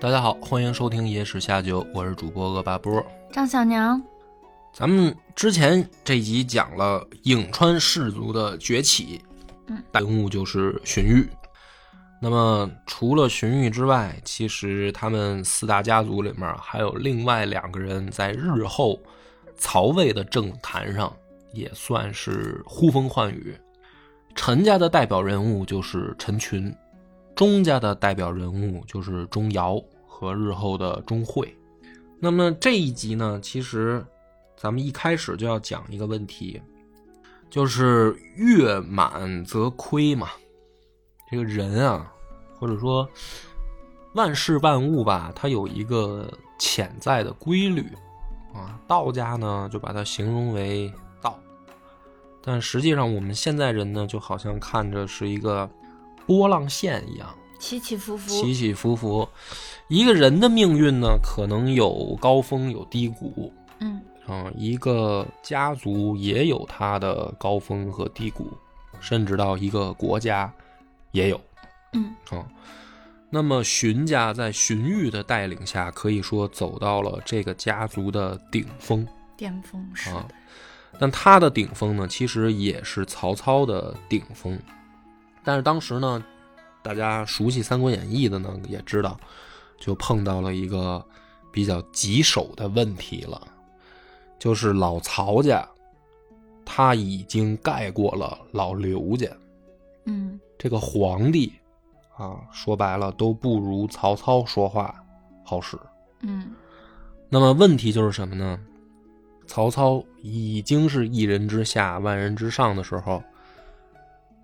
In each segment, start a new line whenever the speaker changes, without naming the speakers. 大家好，欢迎收听《野史下酒》，我是主播恶霸波。
张小娘，
咱们之前这集讲了颍川氏族的崛起
嗯，
大人物就是荀彧。那么除了荀彧之外，其实他们四大家族里面还有另外两个人，在日后曹魏的政坛上也算是呼风唤雨。陈家的代表人物就是陈群，钟家的代表人物就是钟繇和日后的钟会。那么这一集呢，其实咱们一开始就要讲一个问题，就是月满则亏嘛。这个人啊，或者说万事万物吧，它有一个潜在的规律啊。道家呢，就把它形容为道，但实际上我们现在人呢，就好像看着是一个波浪线一样。
起起伏伏，
起起伏伏。一个人的命运呢，可能有高峰有低谷，
嗯
嗯，一个家族也有它的高峰和低谷，甚至到一个国家也有
嗯
啊、嗯那么荀家在荀彧的带领下，可以说走到了这个家族的顶峰。
巅峰是
啊
的，
但他的顶峰呢，其实也是曹操的顶峰。但是当时呢，大家熟悉《三国演义》的呢也知道，就碰到了一个比较棘手的问题了，就是老曹家他已经盖过了老刘家，
嗯
这个皇帝啊，说白了都不如曹操说话好使。
嗯
那么问题就是什么呢？曹操已经是一人之下，万人之上的时候，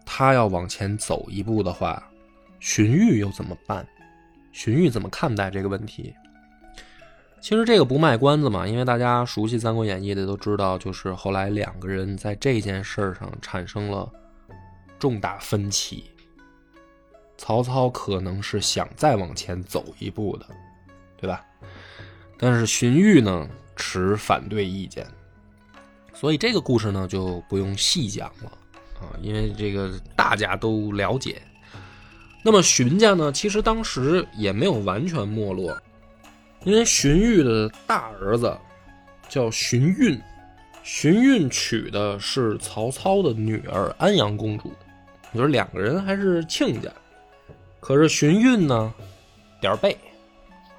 他要往前走一步的话，荀彧又怎么办？荀彧怎么看待这个问题？其实这个不卖关子嘛，因为大家熟悉《三国演义》的都知道，就是后来两个人在这件事儿上产生了重大分歧。曹操可能是想再往前走一步的，对吧？但是荀彧呢持反对意见，所以这个故事呢就不用细讲了啊，因为这个大家都了解。那么荀家呢，其实当时也没有完全没落，因为荀彧的大儿子叫荀膑，荀膑娶的是曹操的女儿安阳公主，你说两个人还是亲家，可是荀彧呢点儿背。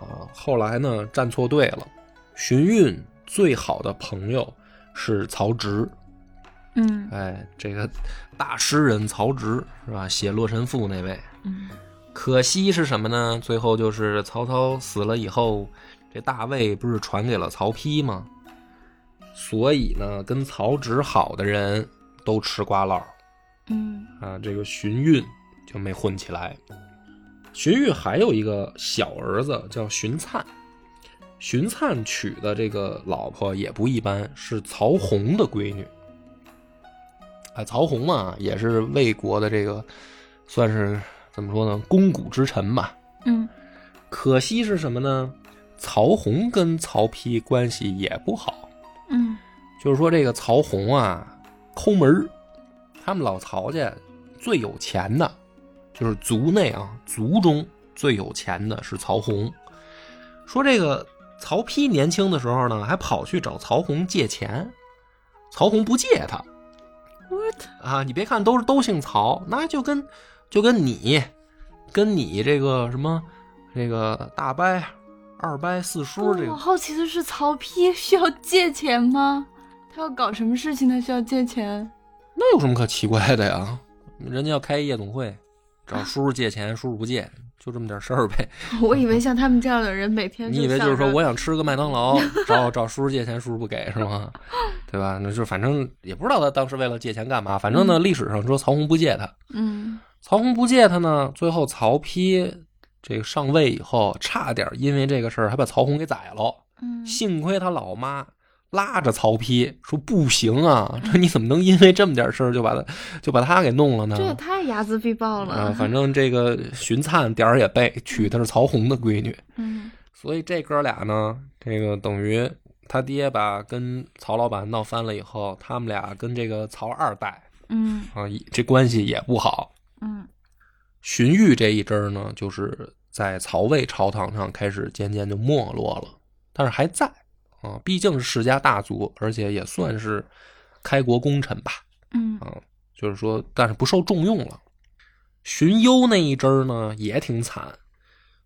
啊，后来呢站错队了。荀彧最好的朋友是曹植，
嗯
哎，这个大诗人曹植是吧？写《洛神赋》那位。
嗯
可惜是什么呢？最后就是曹操死了以后，这大位不是传给了曹丕吗？所以呢，跟曹植好的人都吃瓜落儿。
嗯
啊，这个荀彧就没混起来。荀彧还有一个小儿子叫荀粲，荀粲娶的这个老婆也不一般，是曹洪的闺女。啊，曹洪嘛，也是魏国的这个，算是怎么说呢，肱骨之臣吧。
嗯
可惜是什么呢？曹洪跟曹丕关系也不好，
嗯
就是说这个曹洪啊，抠门儿，他们老曹家最有钱的，就是族内啊，族中最有钱的是曹洪。说这个曹丕年轻的时候呢，还跑去找曹洪借钱，曹洪不借他
，what？
啊。你别看都是都姓曹，那就跟就跟你跟你这个什么这个大伯、二伯、四叔这个
我哦好奇的是，曹丕需要借钱吗？他要搞什么事情？他需要 借钱？
那有什么可奇怪的呀？人家要开夜总会，找叔叔借钱，叔叔不借，就这么点事儿呗。
我以为像他们这样的人，每天
你以为
想
就是说
着
我想吃个麦当劳，找找叔叔借钱，叔叔不给是吗？对吧？那就反正也不知道他当时为了借钱干嘛。反正呢，历史上说曹洪不借他，
嗯
曹洪不借他呢，最后曹丕这个上位以后，差点因为这个事儿还把曹洪给宰了。
嗯，
幸亏他老妈拉着曹丕说：“不行啊，这你怎么能因为这么点事儿就把他就把他给弄了呢？”
这也太睚眦必报了。
啊，反正这个荀灿点儿也背，娶的是曹洪的闺女，
嗯
所以这哥俩呢，这个等于他爹吧跟曹老板闹翻了以后，他们俩跟这个曹二代
嗯
啊，也这关系也不好。
嗯
荀彧这一支儿呢，就是在曹魏朝堂上开始渐渐就没落了，但是还在啊，毕竟是世家大族，而且也算是开国功臣吧。
嗯
啊，就是说，但是不受重用了。荀攸那一支儿呢，也挺惨。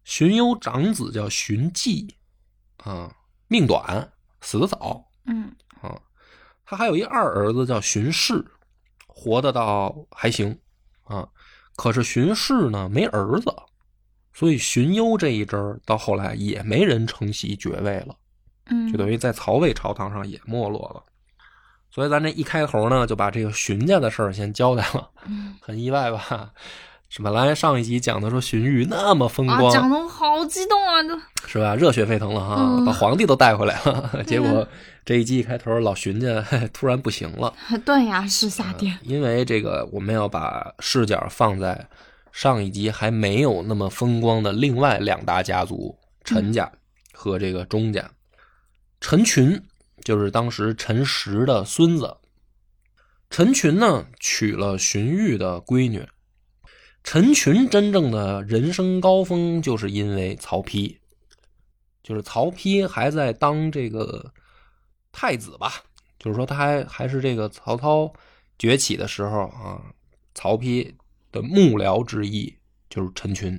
荀攸长子叫荀季，啊，命短，死得早
嗯
啊。他还有一二儿子叫荀氏，活得倒还行啊。可是荀氏呢，没儿子，所以荀攸这一支儿到后来也没人承袭爵位了。
嗯，
就等于在曹魏朝堂上也没落了。所以咱这一开头呢，就把这个荀家的事儿先交代了，
嗯
很意外吧？是本来上一集讲的说荀彧那么风
啊，讲
光，
的我好激动啊，都
是吧？热血沸腾了哈，
嗯
把皇帝都带回来了。结果这一集一开头，老荀家 嘿突然不行了，
断崖式
啊
下跌。
因为这个我们要把视角放在上一集还没有那么风光的另外两大家族陈家和这个钟家。陈群就是当时陈实的孙子，陈群呢娶了荀彧的闺女。陈群真正的人生高峰就是因为曹丕，就是曹丕还在当这个太子吧，就是说他还还是这个曹操崛起的时候啊，曹丕的幕僚之一就是陈群，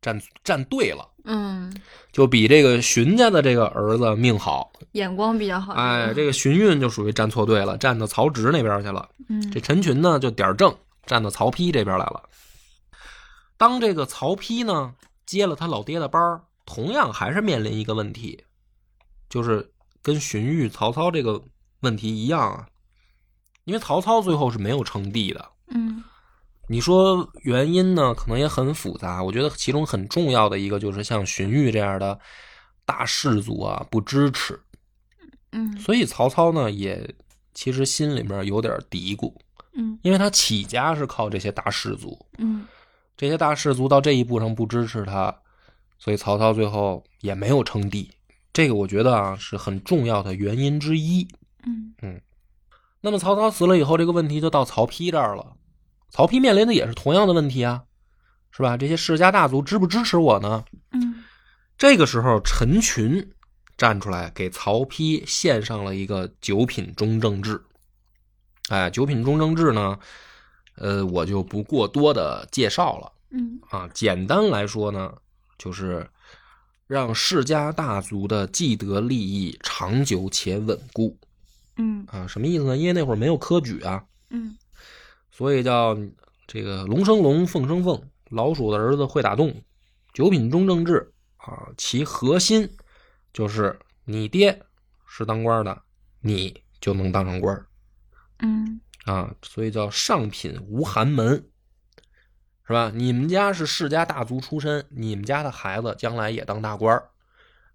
站站对了，
嗯，
就比这个荀家的这个儿子命好。
眼光比较好。
哎，这个荀彧就属于站错队了，站到曹植那边去了。
嗯
这陈群呢，就点儿正，站到曹丕这边来了。当这个曹丕呢接了他老爹的班儿，同样还是面临一个问题，就是跟荀彧、曹操这个问题一样啊。因为曹操最后是没有称帝的，
嗯
你说原因呢，可能也很复杂。我觉得其中很重要的一个就是像荀彧这样的大氏族啊不支持，
嗯
所以曹操呢也其实心里面有点嘀咕，
嗯
因为他起家是靠这些大氏族，
嗯
这些大氏族到这一步上不支持他，所以曹操最后也没有称帝。这个我觉得啊是很重要的原因之一。
嗯
那么曹操死了以后，这个问题就到曹丕这儿了。曹丕面临的也是同样的问题啊，是吧？这些世家大族支不支持我呢？
嗯
这个时候，陈群站出来给曹丕献上了一个九品中正制。哎，九品中正制呢，呃，我就不过多的介绍了
嗯
啊。简单来说呢，就是让世家大族的既得利益长久且稳固
嗯
啊。什么意思呢？因为那会儿没有科举啊，
嗯
所以叫这个龙生龙，凤生凤，老鼠的儿子会打洞。九品中正制啊，其核心就是你爹是当官的，你就能当上官儿
嗯
啊，所以叫上品无寒门，是吧？你们家是世家大族出身，你们家的孩子将来也当大官儿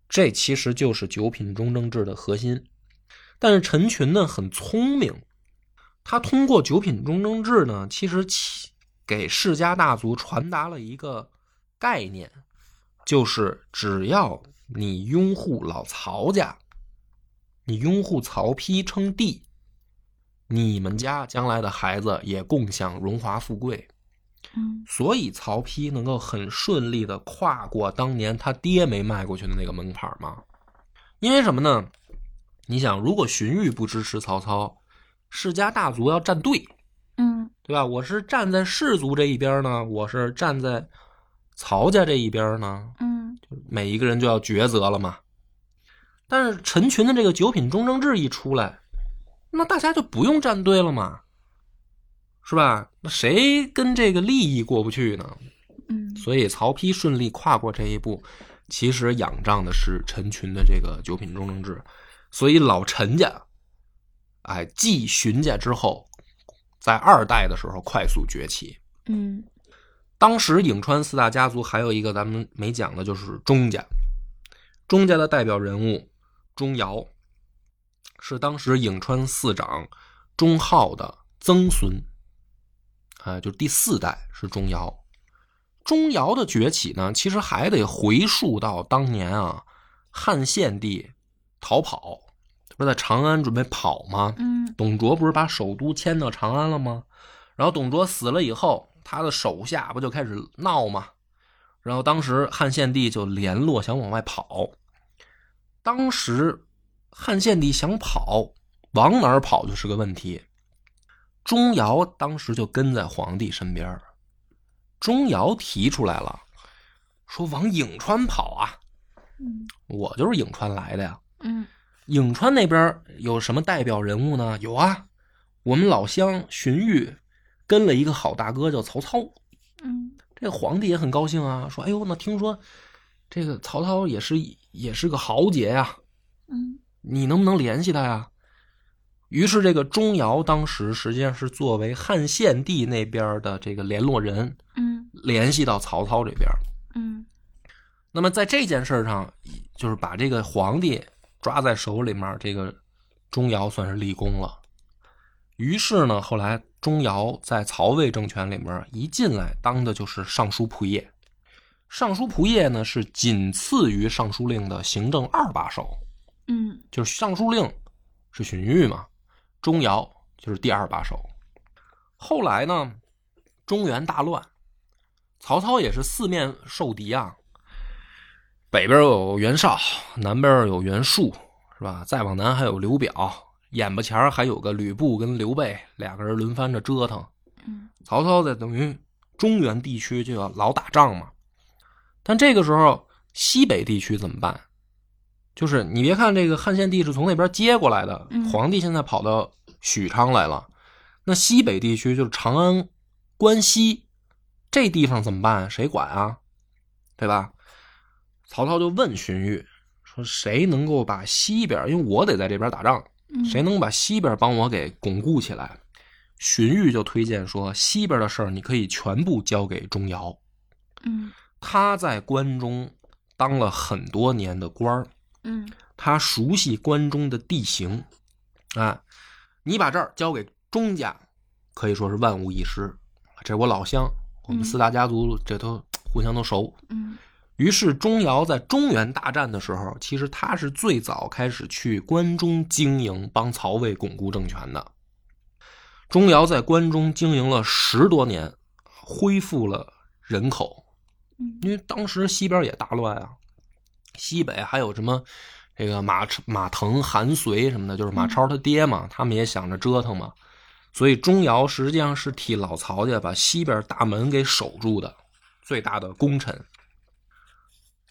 这其实就是九品中正制的核心。但是陈群呢很聪明，他通过九品中正制呢，其实起给世家大族传达了一个概念，就是只要你拥护老曹家，你拥护曹丕称帝，你们家将来的孩子也共享荣华富贵。
嗯
所以曹丕能够很顺利的跨过当年他爹没迈过去的那个门槛吗？因为什么呢？你想，如果荀彧不支持曹操，世家大族要站队，
嗯
对吧？我是站在氏族这一边呢，我是站在曹家这一边呢，
嗯
每一个人就要抉择了嘛。但是陈群的这个九品中正制一出来，那大家就不用站队了嘛，是吧？那谁跟这个利益过不去呢？
嗯
所以曹丕顺利跨过这一步，其实仰仗的是陈群的这个九品中正制。所以老陈家，哎，继荀家之后，在二代的时候快速崛起。
嗯
当时颍川四大家族还有一个咱们没讲的，就是钟家。钟家的代表人物钟繇，是当时颍川四长钟浩的曾孙，啊，就第四代是钟繇。钟繇的崛起呢，其实还得回溯到当年啊，汉献帝逃跑，不是在长安准备跑吗？
嗯
董卓不是把首都迁到长安了吗？然后董卓死了以后，他的手下不就开始闹吗？然后当时汉献帝就联络想往外跑，当时汉献帝想跑，往哪儿跑就是个问题。钟繇当时就跟在皇帝身边儿，钟繇提出来了，说往颍川跑啊，
嗯
我就是颍川来的呀。
嗯
颍川那边有什么代表人物呢？有啊，我们老乡荀彧跟了一个好大哥叫曹操，
嗯
这个皇帝也很高兴啊，说：“哎呦，那听说这个曹操也是也是个豪杰呀、
嗯
你能不能联系他呀？”于是，这个钟繇当时实际上是作为汉献帝那边的这个联络人，
嗯
联系到曹操这边。
嗯
那么在这件事儿上，就是把这个皇帝抓在手里面，这个钟繇算是立功了。于是呢，后来钟繇在曹魏政权里面一进来当的就是尚书仆射。尚书仆射呢是仅次于尚书令的行政二把手，
嗯
就是尚书令是荀彧嘛，钟繇就是第二把手。后来呢，中原大乱，曹操也是四面受敌啊，北边有袁绍，南边有袁术，是吧？再往南还有刘表，眼巴前儿还有个吕布跟刘备俩个人轮番着折腾。
嗯
曹操在等于中原地区就要老打仗嘛。但这个时候西北地区怎么办？就是你别看这个汉献帝是从那边接过来的
嗯，
皇帝现在跑到许昌来了，那西北地区就是长安、关西这地方怎么办？谁管啊？对吧？曹操就问荀彧说：“谁能够把西边？因为我得在这边打仗，
嗯，
谁能把西边帮我给巩固起来？荀彧就推荐说，西边的事儿你可以全部交给钟繇，
嗯
他在关中当了很多年的官儿，
嗯
他熟悉关中的地形，啊，你把这儿交给钟家，可以说是万无一失。这我老乡，我们
嗯
四大家族这都互相都熟，
嗯
于是钟繇在中原大战的时候，其实他是最早开始去关中经营，帮曹魏巩固政权的。钟繇在关中经营了十多年，恢复了人口，
嗯
因为当时西边也大乱啊，西北还有什么这个马超马腾、韩遂什么的，就是马超他爹嘛，他们也想着折腾嘛，所以钟繇实际上是替老曹家把西边大门给守住的最大的功臣。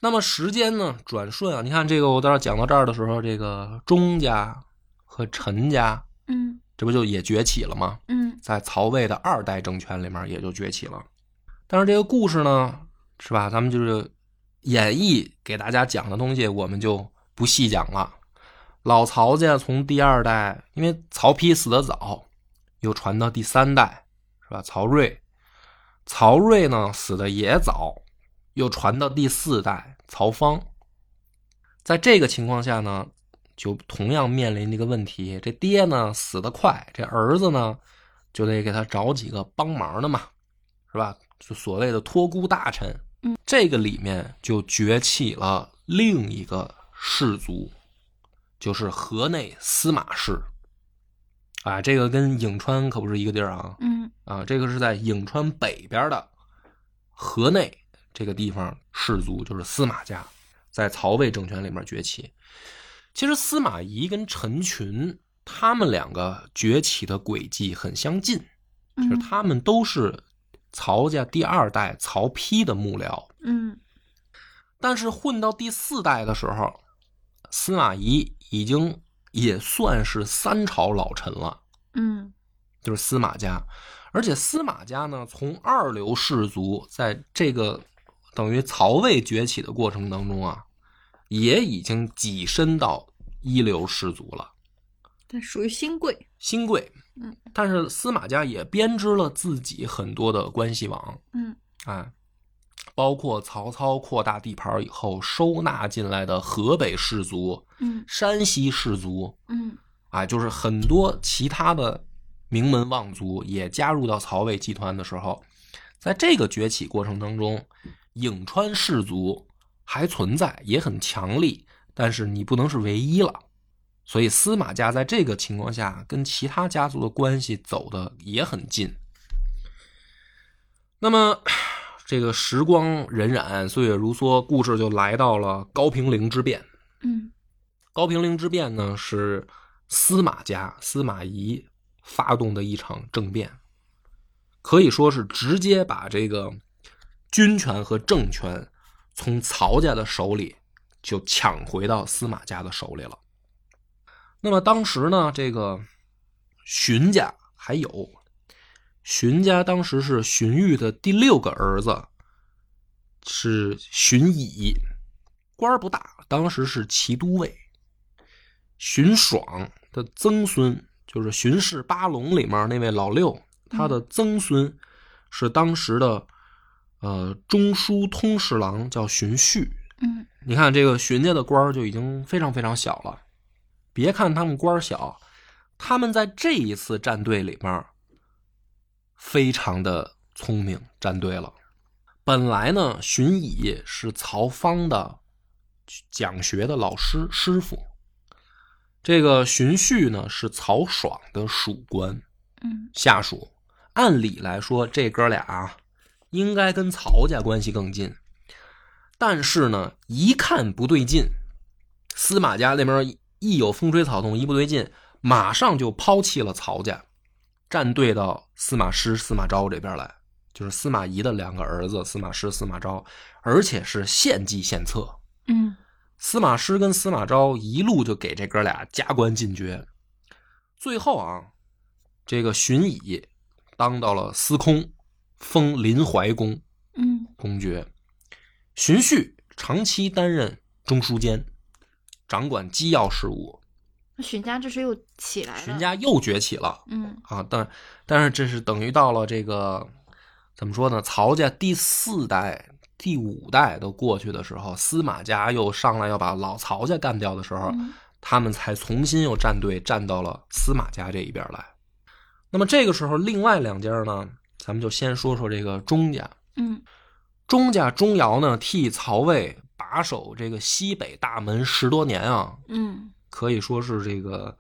那么时间呢？转瞬啊，你看这个，我到这儿讲到这儿的时候，这个钟家和陈家，
嗯
这不就也崛起了吗？
嗯
在曹魏的二代政权里面也就崛起了。但是这个故事呢，是吧？咱们就是演绎给大家讲的东西，我们就不细讲了。老曹家从第二代，因为曹丕死得早，又传到第三代，是吧？曹睿，曹睿呢死的也早，又传到第四代曹芳。在这个情况下呢，就同样面临这个问题：这爹呢死得快，这儿子呢就得给他找几个帮忙的嘛，是吧？就所谓的托孤大臣。
嗯，
这个里面就崛起了另一个氏族，就是河内司马氏。啊，这个跟颍川可不是一个地儿啊。
嗯
啊，这个是在颍川北边的河内这个地方氏族，就是司马家，在曹魏政权里面崛起。其实司马懿跟陈群他们两个崛起的轨迹很相近，就是
嗯
他们都是曹家第二代曹丕的幕僚，
嗯
但是混到第四代的时候，司马懿已经也算是三朝老臣了。
嗯
就是司马家，而且司马家呢，从二流氏族在这个等于曹魏崛起的过程当中啊，也已经跻身到一流氏族了，
它属于新贵。
新贵
嗯。
但是司马家也编织了自己很多的关系网，
嗯
啊，包括曹操扩大地盘以后收纳进来的河北士族、
嗯
山西士族
嗯
啊，就是很多其他的名门望族也加入到曹魏集团的时候，在这个崛起过程当中，颍川氏族还存在，也很强力，但是你不能是唯一了。所以司马家在这个情况下跟其他家族的关系走的也很近。那么，这个时光荏苒，岁月如梭，故事就来到了高平陵之变。
嗯
高平陵之变呢，是司马家司马懿发动的一场政变，可以说是直接把这个军权和政权从曹家的手里就抢回到司马家的手里了。那么当时呢，这个荀家还有荀家，当时是荀彧的第六个儿子，是荀乙，官儿不大，当时是骑都尉。荀爽的曾孙就是《荀氏八龙》里面那位老六，他的曾孙是当时的呃中书通侍郎，叫荀煦。
嗯
你看这个荀家的官儿就已经非常非常小了，别看他们官儿小，他们在这一次站队里面儿非常的聪明，站队了。本来呢，荀乙是曹芳的讲学的老师师傅，这个荀煦呢是曹爽的属官
嗯
下属。按理来说，这哥俩啊应该跟曹家关系更近，但是呢，一看不对劲，司马家那边一有风吹草动，一不对劲，马上就抛弃了曹家，站队到司马师、司马昭这边来，就是司马懿的两个儿子司马师、司马昭，而且是献计献策。
嗯
司马师跟司马昭一路就给这哥俩加官进爵，最后啊，这个荀乙当到了司空，封临淮公
嗯
公爵。荀彧长期担任中书监，掌管机要事务。
那荀家这是又起来了。
荀家又崛起了
嗯
啊，但但是这是等于到了这个怎么说呢？曹家第四代、第五代都过去的时候，司马家又上来要把老曹家干掉的时候。
嗯
他们才重新又站队站到了司马家这一边来。那么这个时候，另外两家呢，咱们就先说说这个钟家。
嗯
钟家钟繇呢，替曹魏把守这个西北大门十多年啊，
嗯，
可以说是这个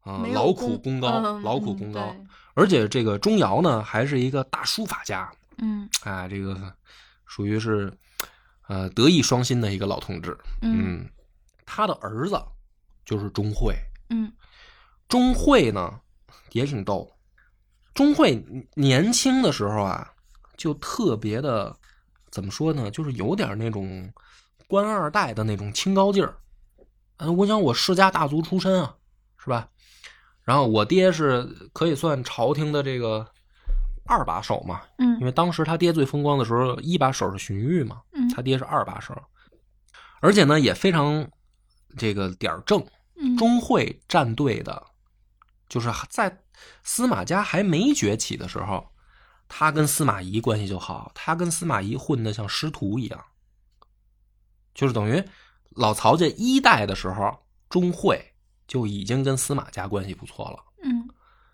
啊、呃
没有
劳苦功高，
嗯
劳苦
嗯
功高。
对
而且这个钟繇呢，还是一个大书法家，
嗯
啊，这个属于是呃德艺双馨的一个老同志。
嗯
嗯，他的儿子就是钟会。
嗯
钟会呢也挺逗。钟会年轻的时候啊，就特别的怎么说呢，就是有点那种官二代的那种清高劲儿。嗯，我想我世家大族出身啊，是吧？然后我爹是可以算朝廷的这个二把手嘛，
嗯
因为当时他爹最风光的时候，一把手是荀彧嘛，
嗯
他爹是二把手，而且呢也非常这个点儿正，
嗯
钟会战队的，就是在司马家还没崛起的时候，他跟司马懿关系就好，他跟司马懿混得像师徒一样，就是等于老曹家一代的时候，钟会就已经跟司马家关系不错了。
嗯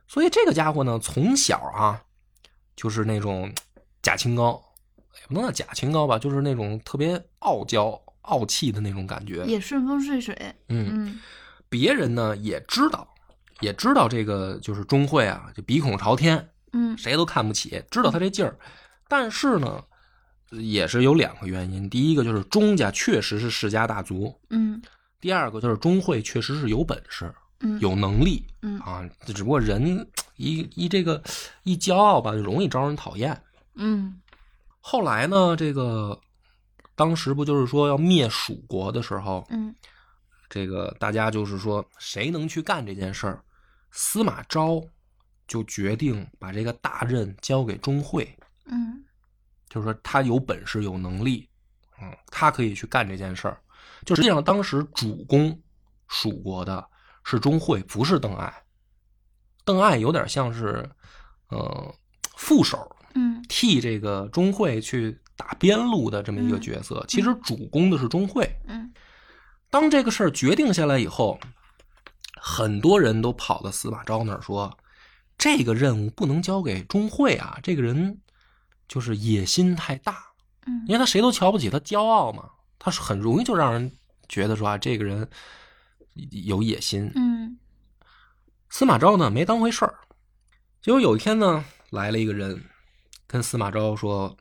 所以这个家伙呢，从小啊，就是那种假清高，也不能叫假清高吧，就是那种特别傲娇、傲气的那种感觉。
也顺风顺水。
嗯，
嗯
别人呢也知道，也知道这个就是钟会啊，就鼻孔朝天，
嗯
谁都看不起，知道他这劲儿。但是呢，也是有两个原因，第一个就是钟家确实是世家大族，
嗯
第二个就是钟会确实是有本事、
嗯
有能力，
嗯
啊，只不过人一一这个一骄傲吧，就容易招人讨厌。
嗯
后来呢，这个当时不就是说要灭蜀国的时候，
嗯
这个大家就是说谁能去干这件事儿，司马昭就决定把这个大任交给钟会，
嗯
就是说他有本事有能力，嗯，他可以去干这件事儿。就实际上当时主攻蜀国的是钟会，不是邓艾。邓艾有点像是，呃，副手，
嗯
替这个钟会去打边路的这么一个角色。其实主攻的是钟会。
嗯
当这个事儿决定下来以后，很多人都跑到司马昭那儿说，这个任务不能交给钟会啊，这个人就是野心太大，
嗯
因为他谁都瞧不起，他骄傲嘛，他是很容易就让人觉得说啊，这个人有野心。
嗯
司马昭呢没当回事儿，结果有一天呢来了一个人，跟司马昭说：“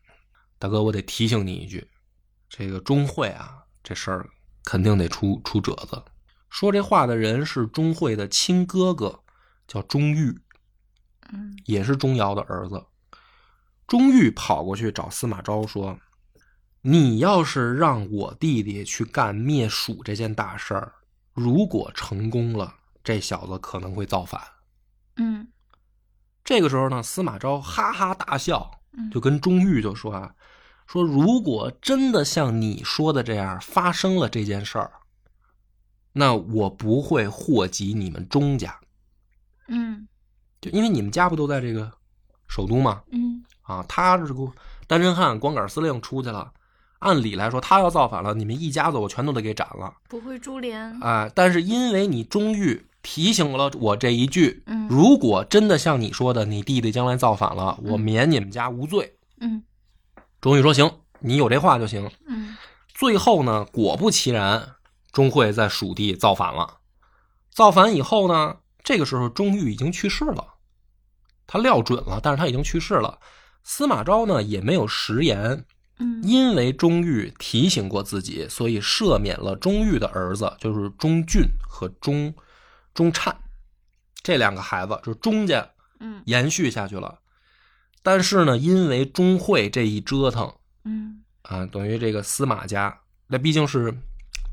大哥，我得提醒你一句，这个钟会啊，这事儿肯定得出出褶子。”说这话的人是钟会的亲哥哥，叫钟毓，
嗯
也是钟繇的儿子。钟毓跑过去找司马昭说：“你要是让我弟弟去干灭蜀这件大事儿，如果成功了，这小子可能会造反。
嗯”
这个时候呢，司马昭哈哈大笑，
嗯，
就跟钟毓就说啊：“说如果真的像你说的这样发生了这件事儿，那我不会祸及你们钟家，
嗯
就因为你们家不都在这个首都吗？
嗯
啊，他是个单身汉光杆司令出去了，按理来说他要造反了，你们一家子我全都得给斩了
不会株连，
啊、但是因为你终于提醒了我这一句，
嗯
如果真的像你说的，你弟弟将来造反了，我
嗯
免你们家无罪。
嗯
钟毓说行，你有这话就行。
嗯
最后呢，果不其然，钟会在蜀地造反了。造反以后呢，这个时候钟毓已经去世了，他料准了，但是他已经去世了。司马昭呢也没有食言，
嗯
因为钟毓提醒过自己，所以赦免了钟毓的儿子，就是钟俊和钟钟粲这两个孩子，就是钟家
嗯
延续下去了。但是呢，因为钟会这一折腾，
嗯
啊，等于这个司马家，那毕竟是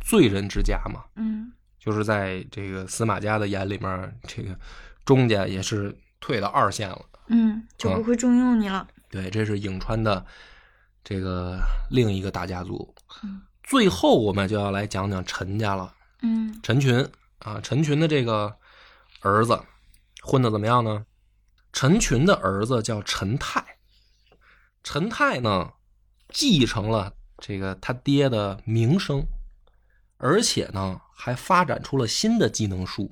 罪人之家嘛，
嗯
就是在这个司马家的眼里面，这个钟家也是退到二线了。
嗯，就
啊
不会重用你了。
对，这是颍川的这个另一个大家族
嗯。
最后，我们就要来讲讲陈家了。
嗯
陈群啊，陈群的这个儿子混的怎么样呢？陈群的儿子叫陈泰，陈泰呢继承了这个他爹的名声，而且呢还发展出了新的技能树，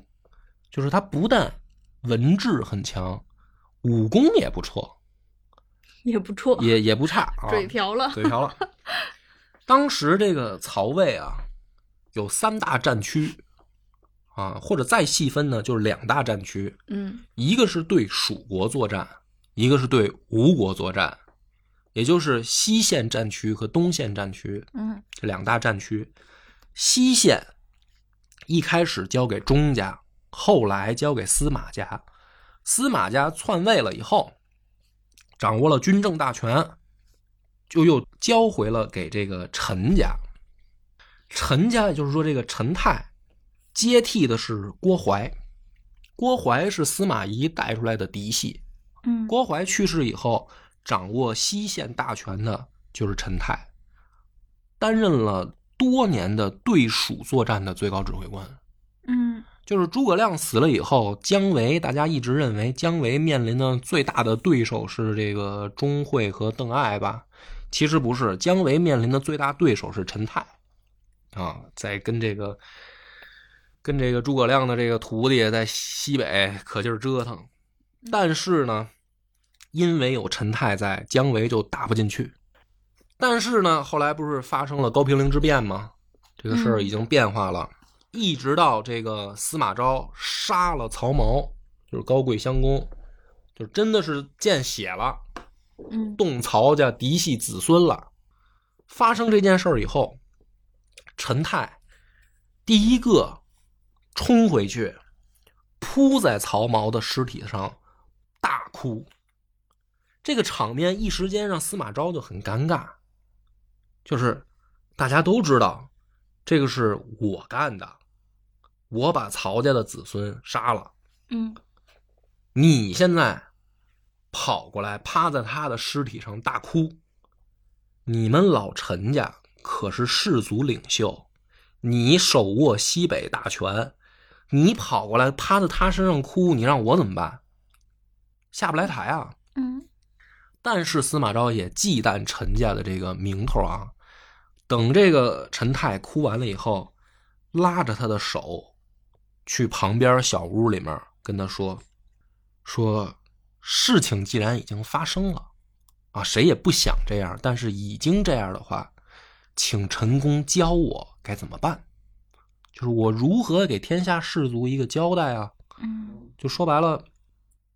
就是他不但文质很强，武功也不错，
也不错，
也也不差啊，
嘴瓢了。
嘴瓢了。当时这个曹魏啊，有三大战区啊，或者再细分呢，就是两大战区，
嗯
一个是对蜀国作战，一个是对吴国作战，也就是西线战区和东线战区
嗯
这两大战区。西线一开始交给钟家，后来交给司马家。司马家篡位了以后，掌握了军政大权，就又交回了给这个陈家。陈家，也就是说这个陈泰，接替的是郭淮。郭淮是司马懿带出来的嫡系。
嗯
郭淮去世以后，掌握西线大权的就是陈泰，担任了多年的对蜀作战的最高指挥官。
嗯
就是诸葛亮死了以后，姜维大家一直认为姜维面临的最大的对手是这个钟会和邓艾吧？其实不是，姜维面临的最大对手是陈泰啊，在跟这个跟这个诸葛亮的这个徒弟在西北可劲儿折腾，但是呢，因为有陈泰在，姜维就打不进去。但是呢，后来不是发生了高平陵之变吗？这个事儿已经变化了。一直到这个司马昭杀了曹髦，就是高贵襄公，就真的是见血了，
嗯
动曹家嫡系子孙了。发生这件事儿以后，陈泰第一个冲回去，扑在曹髦的尸体上大哭。这个场面一时间让司马昭就很尴尬，就是大家都知道，这个是我干的，我把曹家的子孙杀了，
嗯
你现在跑过来趴在他的尸体上大哭，你们老陈家可是氏族领袖，你手握西北大权，你跑过来趴在他身上哭，你让我怎么办？下不来台啊！
嗯
但是司马昭也忌惮陈家的这个名头啊。等这个陈泰哭完了以后，拉着他的手，去旁边小屋里面跟他说：“说事情既然已经发生了，啊，谁也不想这样，但是已经这样的话，请陈公教我该怎么办，就是我如何给天下士族一个交代啊？
嗯
就说白了，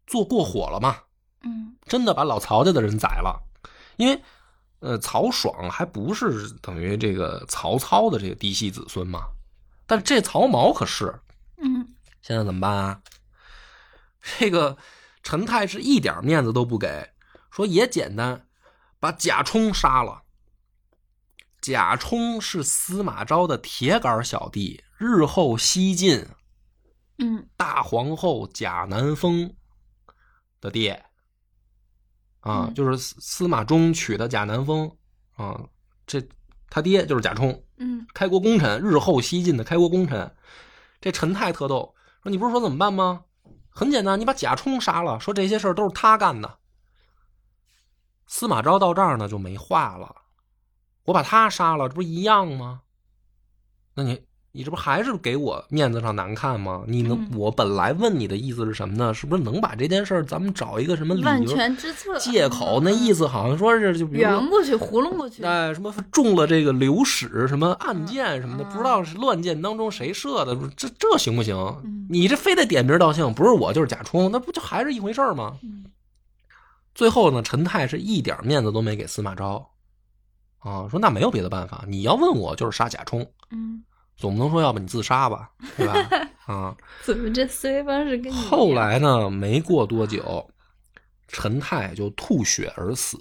做过火了嘛，
嗯
真的把老曹家的人宰了，因为呃，曹爽还不是等于这个曹操的这个嫡系子孙嘛，但这曹髦可是，
嗯
现在怎么办啊？ 这个陈泰是一点面子都不给，说也简单，把贾充杀了。贾充是司马昭的铁杆小弟，日后西晋
嗯
大皇后贾南风的爹啊，
嗯
就是司司马衷娶的贾南风啊，这他爹就是贾充，
嗯
开国功臣，日后西晋的开国功臣。这陈泰特逗说：“你不是说怎么办吗？很简单，你把贾充杀了，说这些事儿都是他干的。”司马昭到这儿呢就没话了，我把他杀了，这不一样吗？那你你这不还是给我面子上难看吗？你能、
嗯
我本来问你的意思是什么呢？是不是能把这件事儿咱们找一个什么理
万
由
全之策，
借口？那意
思
思好像说是就比如说
圆过去，糊弄过去，
哎，什么中了这个流矢什么暗箭什么的，
嗯
不知道是乱箭当中谁射的，这这行不行
嗯？
你这非得点名道姓，不是我就是贾充，那不就还是一回事儿吗？
嗯
最后呢，陈泰是一点面子都没给司马昭，啊，说那没有别的办法，你要问我就是杀贾充，
嗯，
总不能说要不你自杀吧，对 吧？啊，
怎么这思维方式跟你一样
后来呢，没过多久，陈泰就吐血而死。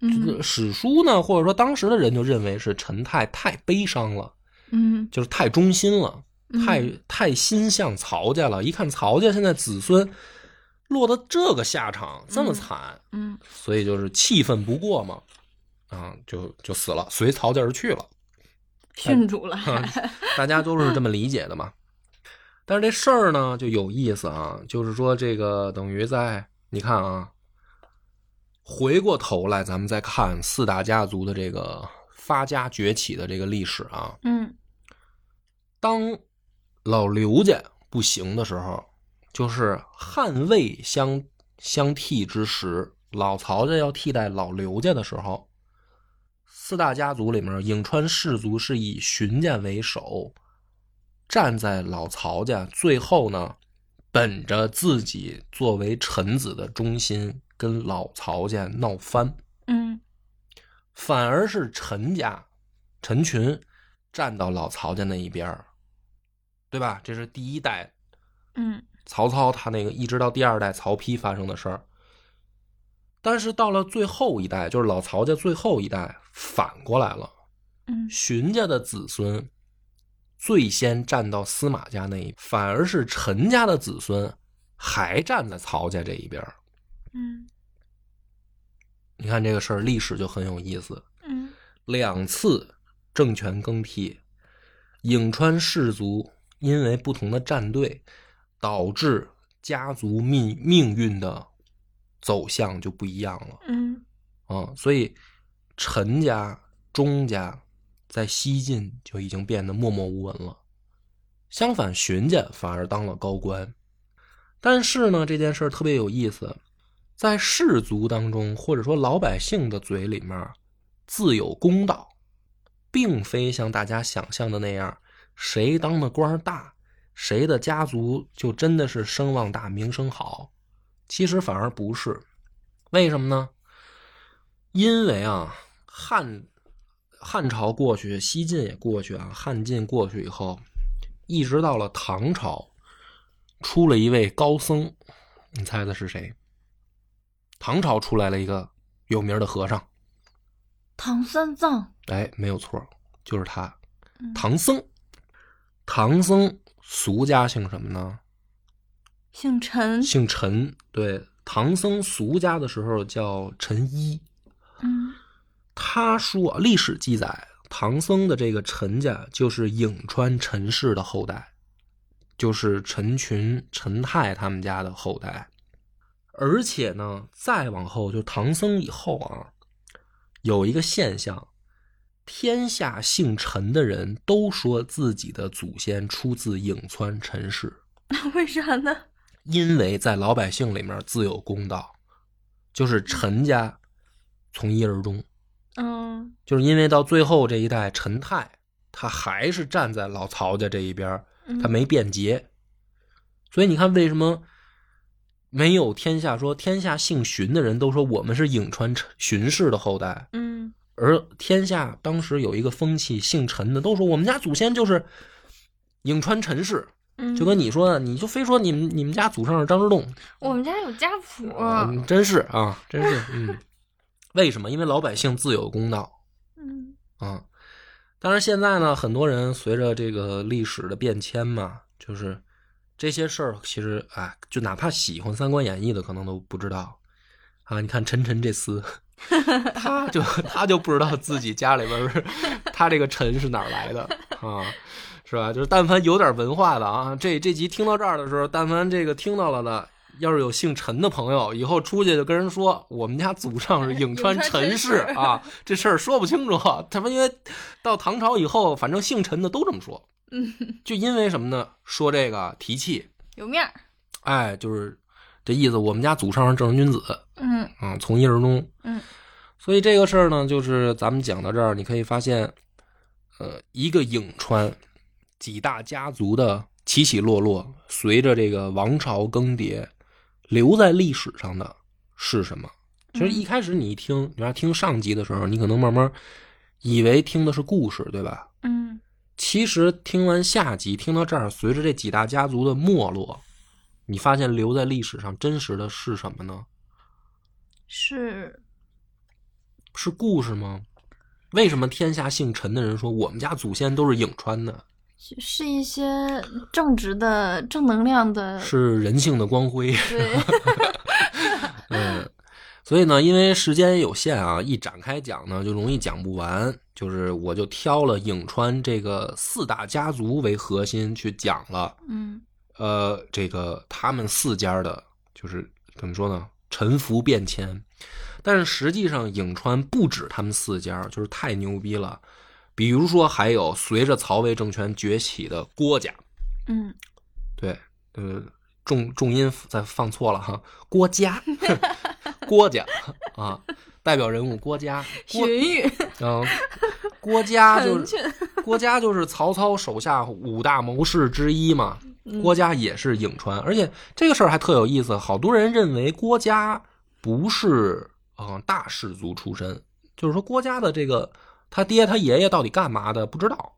嗯
史书呢，或者说当时的人就认为是陈泰太悲伤了。
嗯
就是太忠心了，
嗯
太太心向曹家了。一看曹家现在子孙落到这个下场，这么惨，
嗯
所以就是气愤不过嘛，啊，就就死了，随曹家而去了。
郡主了，
大家都是这么理解的嘛。但是这事儿呢就有意思啊，就是说这个等于在你看啊，回过头来咱们再看四大家族的这个发家崛起的这个历史啊，
嗯
当老刘家不行的时候，就是汉魏相相替之时，老曹家要替代老刘家的时候，四大家族里面，颍川氏族是以荀家为首，站在老曹家，最后呢，本着自己作为臣子的忠心，跟老曹家闹翻。
嗯
反而是陈家陈群站到老曹家那一边儿，对吧？这是第一代
嗯
曹操他那个一直到第二代曹丕发生的事儿。但是到了最后一代，就是老曹家最后一代，反过来了，
嗯
荀家的子孙最先站到司马家那一，反而是陈家的子孙还站在曹家这一边儿。
嗯
你看这个事儿，历史就很有意思。
嗯
两次政权更替，颍川氏族因为不同的战队，导致家族命命运的走向就不一样了
嗯
啊、所以陈家、钟家在西晋就已经变得默默无闻了，相反荀家反而当了高官。但是呢，这件事儿特别有意思，在士族当中，或者说老百姓的嘴里面，自有公道，并非像大家想象的那样，谁当的官儿大，谁的家族就真的是声望大、名声好。其实反而不是，为什么呢？因为啊，汉汉朝过去，西晋也过去啊，汉晋过去以后，一直到了唐朝，出了一位高僧，你猜猜是谁？唐朝出来了一个有名的和尚，
唐三藏，
哎，没有错，就是他
嗯，
唐僧。唐僧俗家姓什么呢？
姓陈，
姓陈。对，唐僧俗家的时候叫陈一。
嗯
他说，历史记载，唐僧的这个陈家就是颍川陈氏的后代，就是陈群、陈泰他们家的后代。而且呢，再往后就唐僧以后啊，有一个现象，天下姓陈的人都说自己的祖先出自颍川陈氏，
为啥呢？
因为在老百姓里面自有公道，就是陈家从一而终，
嗯
就是因为到最后这一代陈泰，他还是站在老曹家这一边儿，
嗯
他没变节。所以你看，为什么没有天下说天下姓荀的人都说我们是颍川陈荀氏的后代，
嗯
而天下当时有一个风气，姓陈的都说我们家祖先就是颍川陈氏，
嗯，
就跟你说的，你就非说你们你们家祖上是张之洞，
我们家有家谱，
嗯，真是啊，真是，嗯，为什么？因为老百姓自有公道。
嗯
啊。当然，现在呢，很多人随着这个历史的变迁嘛，就是这些事儿，其实哎，就哪怕喜欢《三国演义》的，可能都不知道啊。你看陈晨这厮，他 就他就不知道自己家里边儿是他这个陈是哪儿来的啊。是吧？就是但凡有点文化的啊，这这集听到这儿的时候，但凡这个听到了的，要是有姓陈的朋友，以后出去就跟人说，我们家祖上是颍 川陈
颍
氏
川陈氏
啊，这事儿说不清楚。他们因为到唐朝以后，反正姓陈的都这么说，
嗯，
就因为什么呢？说这个提气，
有面儿，
哎，就是这意思。我们家祖上是正人君子，
嗯
啊，从一而终。
嗯，
所以这个事儿呢，就是咱们讲到这儿，你可以发现，呃，一个颍川几大家族的起起落落，随着这个王朝更迭，留在历史上的是什么？其实一开始你一听，你要听上集的时候，你可能慢慢以为听的是故事，对吧？
嗯
其实听完下集，听到这儿，随着这几大家族的没落，你发现留在历史上真实的是什么呢？
是
是故事吗？为什么天下姓陈的人说我们家祖先都是颍川的，
是一些正直的正能量的，
嗯
是人性的光辉？
对，
嗯，所以呢，因为时间有限啊，一展开讲呢就容易讲不完，就是我就挑了颍川这个四大家族为核心去讲了。
嗯
呃，这个他们四家的，就是怎么说呢，沉浮变迁。但是实际上，颍川不止他们四家，就是太牛逼了。比如说，还有随着曹魏政权崛起的郭家，
嗯
对，呃，重重音再放错了哈，郭嘉， 郭家 啊，代表人物郭嘉，郭
荀彧，
嗯， 郭嘉就
陈
是
俊，
郭嘉就是曹操手下五大谋士之一嘛，郭嘉也是颍川，而且这个事儿还特有意思，好多人认为郭嘉不是嗯、呃大氏族出身，就是说郭嘉的这个他爹他爷爷到底干嘛的不知道。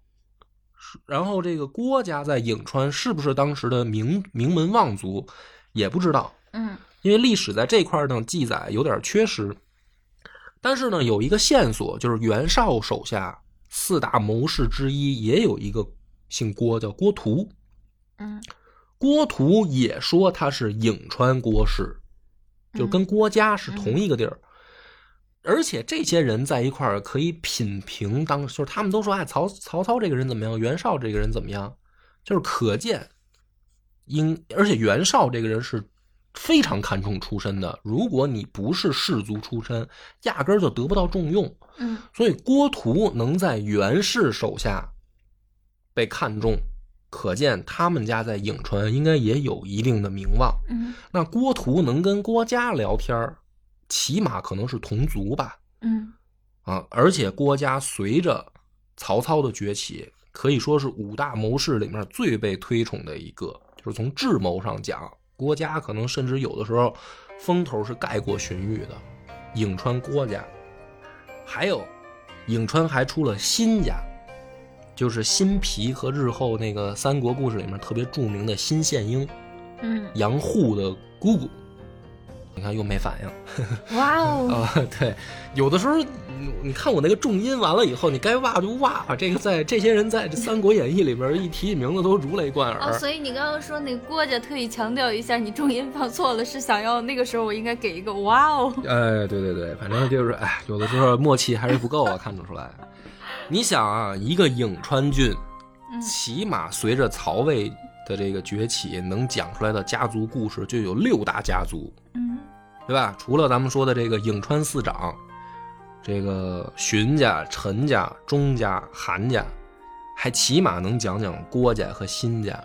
是然后这个郭家在颍川是不是当时的名名门望族，也不知道，
嗯
因为历史在这块儿呢记载有点缺失。但是呢，有一个线索，就是袁绍手下四大谋士之一也有一个姓郭，叫郭图。
嗯
郭图也说他是颍川郭氏，就跟郭家是同一个地儿。而且这些人在一块儿可以品评当，就是他们都说哎曹曹操这个人怎么样，袁绍这个人怎么样，就是可见应而且袁绍这个人是非常看重出身的，如果你不是氏族出身，压根儿就得不到重用。
嗯
所以郭图能在袁氏手下被看重，可见他们家在颍川应该也有一定的名望。
嗯
那郭图能跟郭嘉聊天儿起码可能是同族吧，
嗯
啊！而且郭嘉随着曹操的崛起，可以说是五大谋士里面最被推崇的一个，就是从智谋上讲，郭嘉可能甚至有的时候风头是盖过荀彧的，颍川郭家。还有，颍川还出了辛家，就是辛毗和日后那个三国故事里面特别著名的辛宪英。
嗯，
杨户的姑姑。你看又没反应
哇 哦，
啊、对，有的时候你你看我那个重音完了以后，你该哇就哇吧。这个在这些人在这《三国演义》里边一提名字都如雷贯耳。
哦，所以你刚刚说那郭家，特意强调一下，你重音放错了，是想要那个时候我应该给一个哇哦，
哎，对对对，反正就是哎，有的时候默契还是不够啊，看得出来。你想啊，一个颍川郡，
嗯
起码随着曹魏的这个崛起，能讲出来的家族故事就有六大家族。
嗯
对吧？除了咱们说的这个颍川四长，这个荀家、陈家、钟家、韩家，还起码能讲讲郭家和辛家，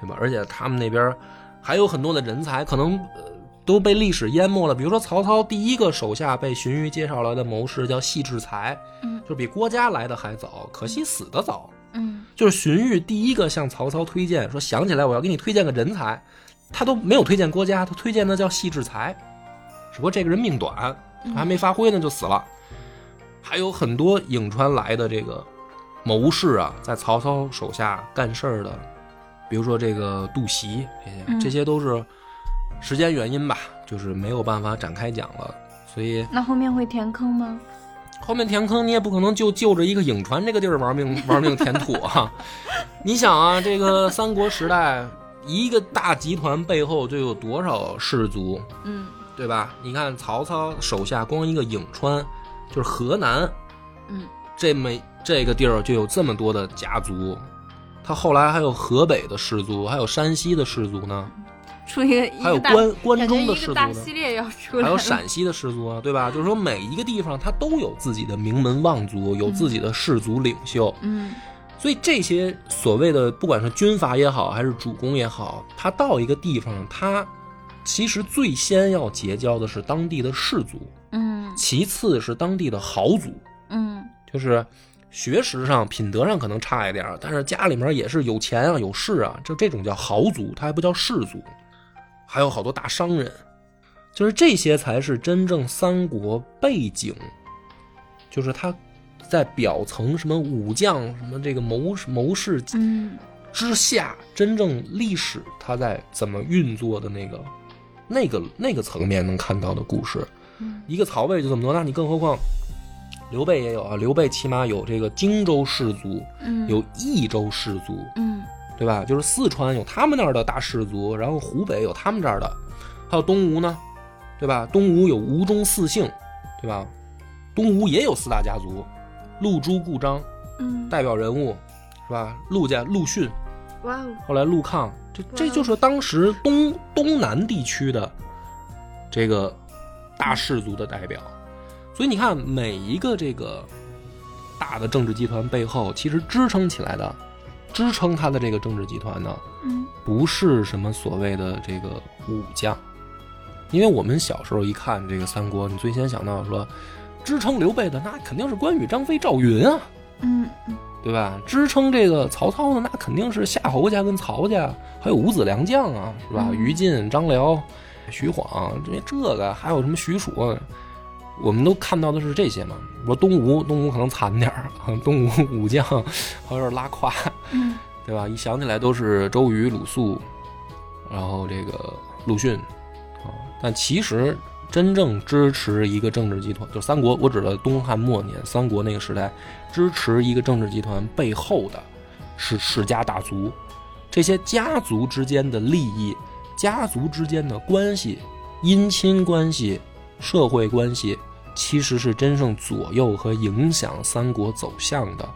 对吧？而且他们那边还有很多的人才，可能呃都被历史淹没了。比如说曹操第一个手下被荀彧介绍来的谋士叫戏志才，
嗯
就比郭嘉来的还早，可惜死的早。
嗯
就是荀彧第一个向曹操推荐说，想起来我要给你推荐个人才，他都没有推荐郭嘉，他推荐的叫戏志才，只不过这个人命短，
嗯
他还没发挥呢就死了。还有很多颍川来的这个谋士啊，在曹操手下干事儿的，比如说这个杜袭这些，
嗯
这些都是时间原因吧，就是没有办法展开讲了，所以。
那后面会填坑吗？
后面填坑你也不可能就就着一个颍川这个地儿玩命玩命填土啊！你想啊，这个三国时代，一个大集团背后就有多少氏族，
嗯
对吧？你看曹操手下光一个颍川，就是河南
嗯
这么这个地儿就有这么多的家族，他后来还有河北的氏族，还有山西的氏族呢，
出一个一
还有
个大，
关关
感觉
中的
一
氏
个
族
大
呢。
系列要出来
还有
了。
陕西的氏族啊，对吧？就是说每一个地方它都有自己的名门望族，有自己的氏族领袖，
嗯
所以这些所谓的不管是军阀也好，还是主公也好，他到一个地方，他其实最先要结交的是当地的氏族，
嗯
其次是当地的豪族，
嗯
就是。学识上、品德上可能差一点儿，但是家里面也是有钱啊、有势啊，就这种叫豪族，他还不叫士族。还有好多大商人，就是这些才是真正三国背景，就是他在表层什么武将、什么这个谋谋士
嗯
之下，真正历史它在怎么运作的那个、那个、那个层面能看到的故事。一个曹魏就这么多，那你更何况刘备也有啊？刘备起码有这个荆州氏族，
嗯
有益州氏族，
嗯
对吧？就是四川有他们那儿的大氏族，然后湖北有他们这儿的，还有东吴呢，对吧？东吴有吴中四姓，对吧？东吴也有四大家族，陆朱顾张
嗯，
代表人物，是吧？陆家陆逊，
哇哦，
后来陆抗，这这就是当时东东南地区的这个大氏族的代表。所以你看，每一个这个大的政治集团背后，其实支撑起来的、支撑它的这个政治集团呢，
嗯
不是什么所谓的这个武将，因为我们小时候一看这个三国，你最先想到说，支撑刘备的那肯定是关羽、张飞、赵云啊，
嗯
对吧？支撑这个曹操的，那肯定是夏侯家跟曹家，还有五子良将啊，是吧？
嗯
于禁、张辽、徐晃，这这个还有什么许褚啊，我们都看到的是这些嘛。我说东吴，东吴可能惨点儿， 啊东吴武将还有点拉胯，
嗯
对吧？一想起来都是周瑜、鲁肃，然后这个陆逊啊。但其实真正支持一个政治集团，就三国，我指的东汉末年三国那个时代，支持一个政治集团背后的是世家大族，这些家族之间的利益、家族之间的关系、姻亲关系、社会关系，其实是真正左右和影响三国走向的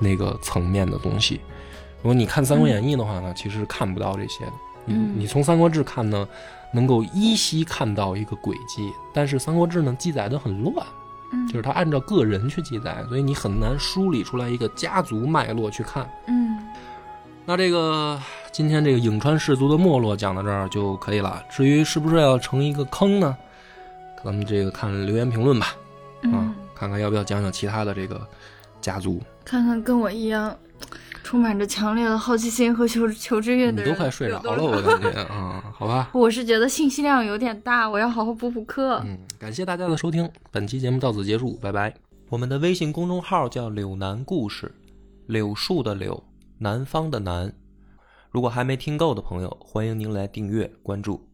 那个层面的东西。如果你看《三国演义》的话呢，其实是看不到这些的。你
嗯
你从《三国志》看呢，能够依稀看到一个轨迹，但是《三国志》呢记载的很乱，
嗯，
就是它按照个人去记载，所以你很难梳理出来一个家族脉络去看。
嗯
那这个今天这个颍川氏族的没落讲到这儿就可以了。至于是不是要成一个坑呢？咱们这个看留言评论吧，啊
嗯，，
看看要不要讲讲其他的这个家族。
看看跟我一样充满着强烈的好奇心和求求知欲
你
的人，
都快睡着了，我。感 觉啊、好吧。
我是觉得信息量有点大，我要好好补补课。
嗯，感谢大家的收听，本期节目到此结束，拜拜。我们的微信公众号叫“柳南故事”，柳树的柳，南方的南。如果还没听够的朋友，欢迎您来订阅关注。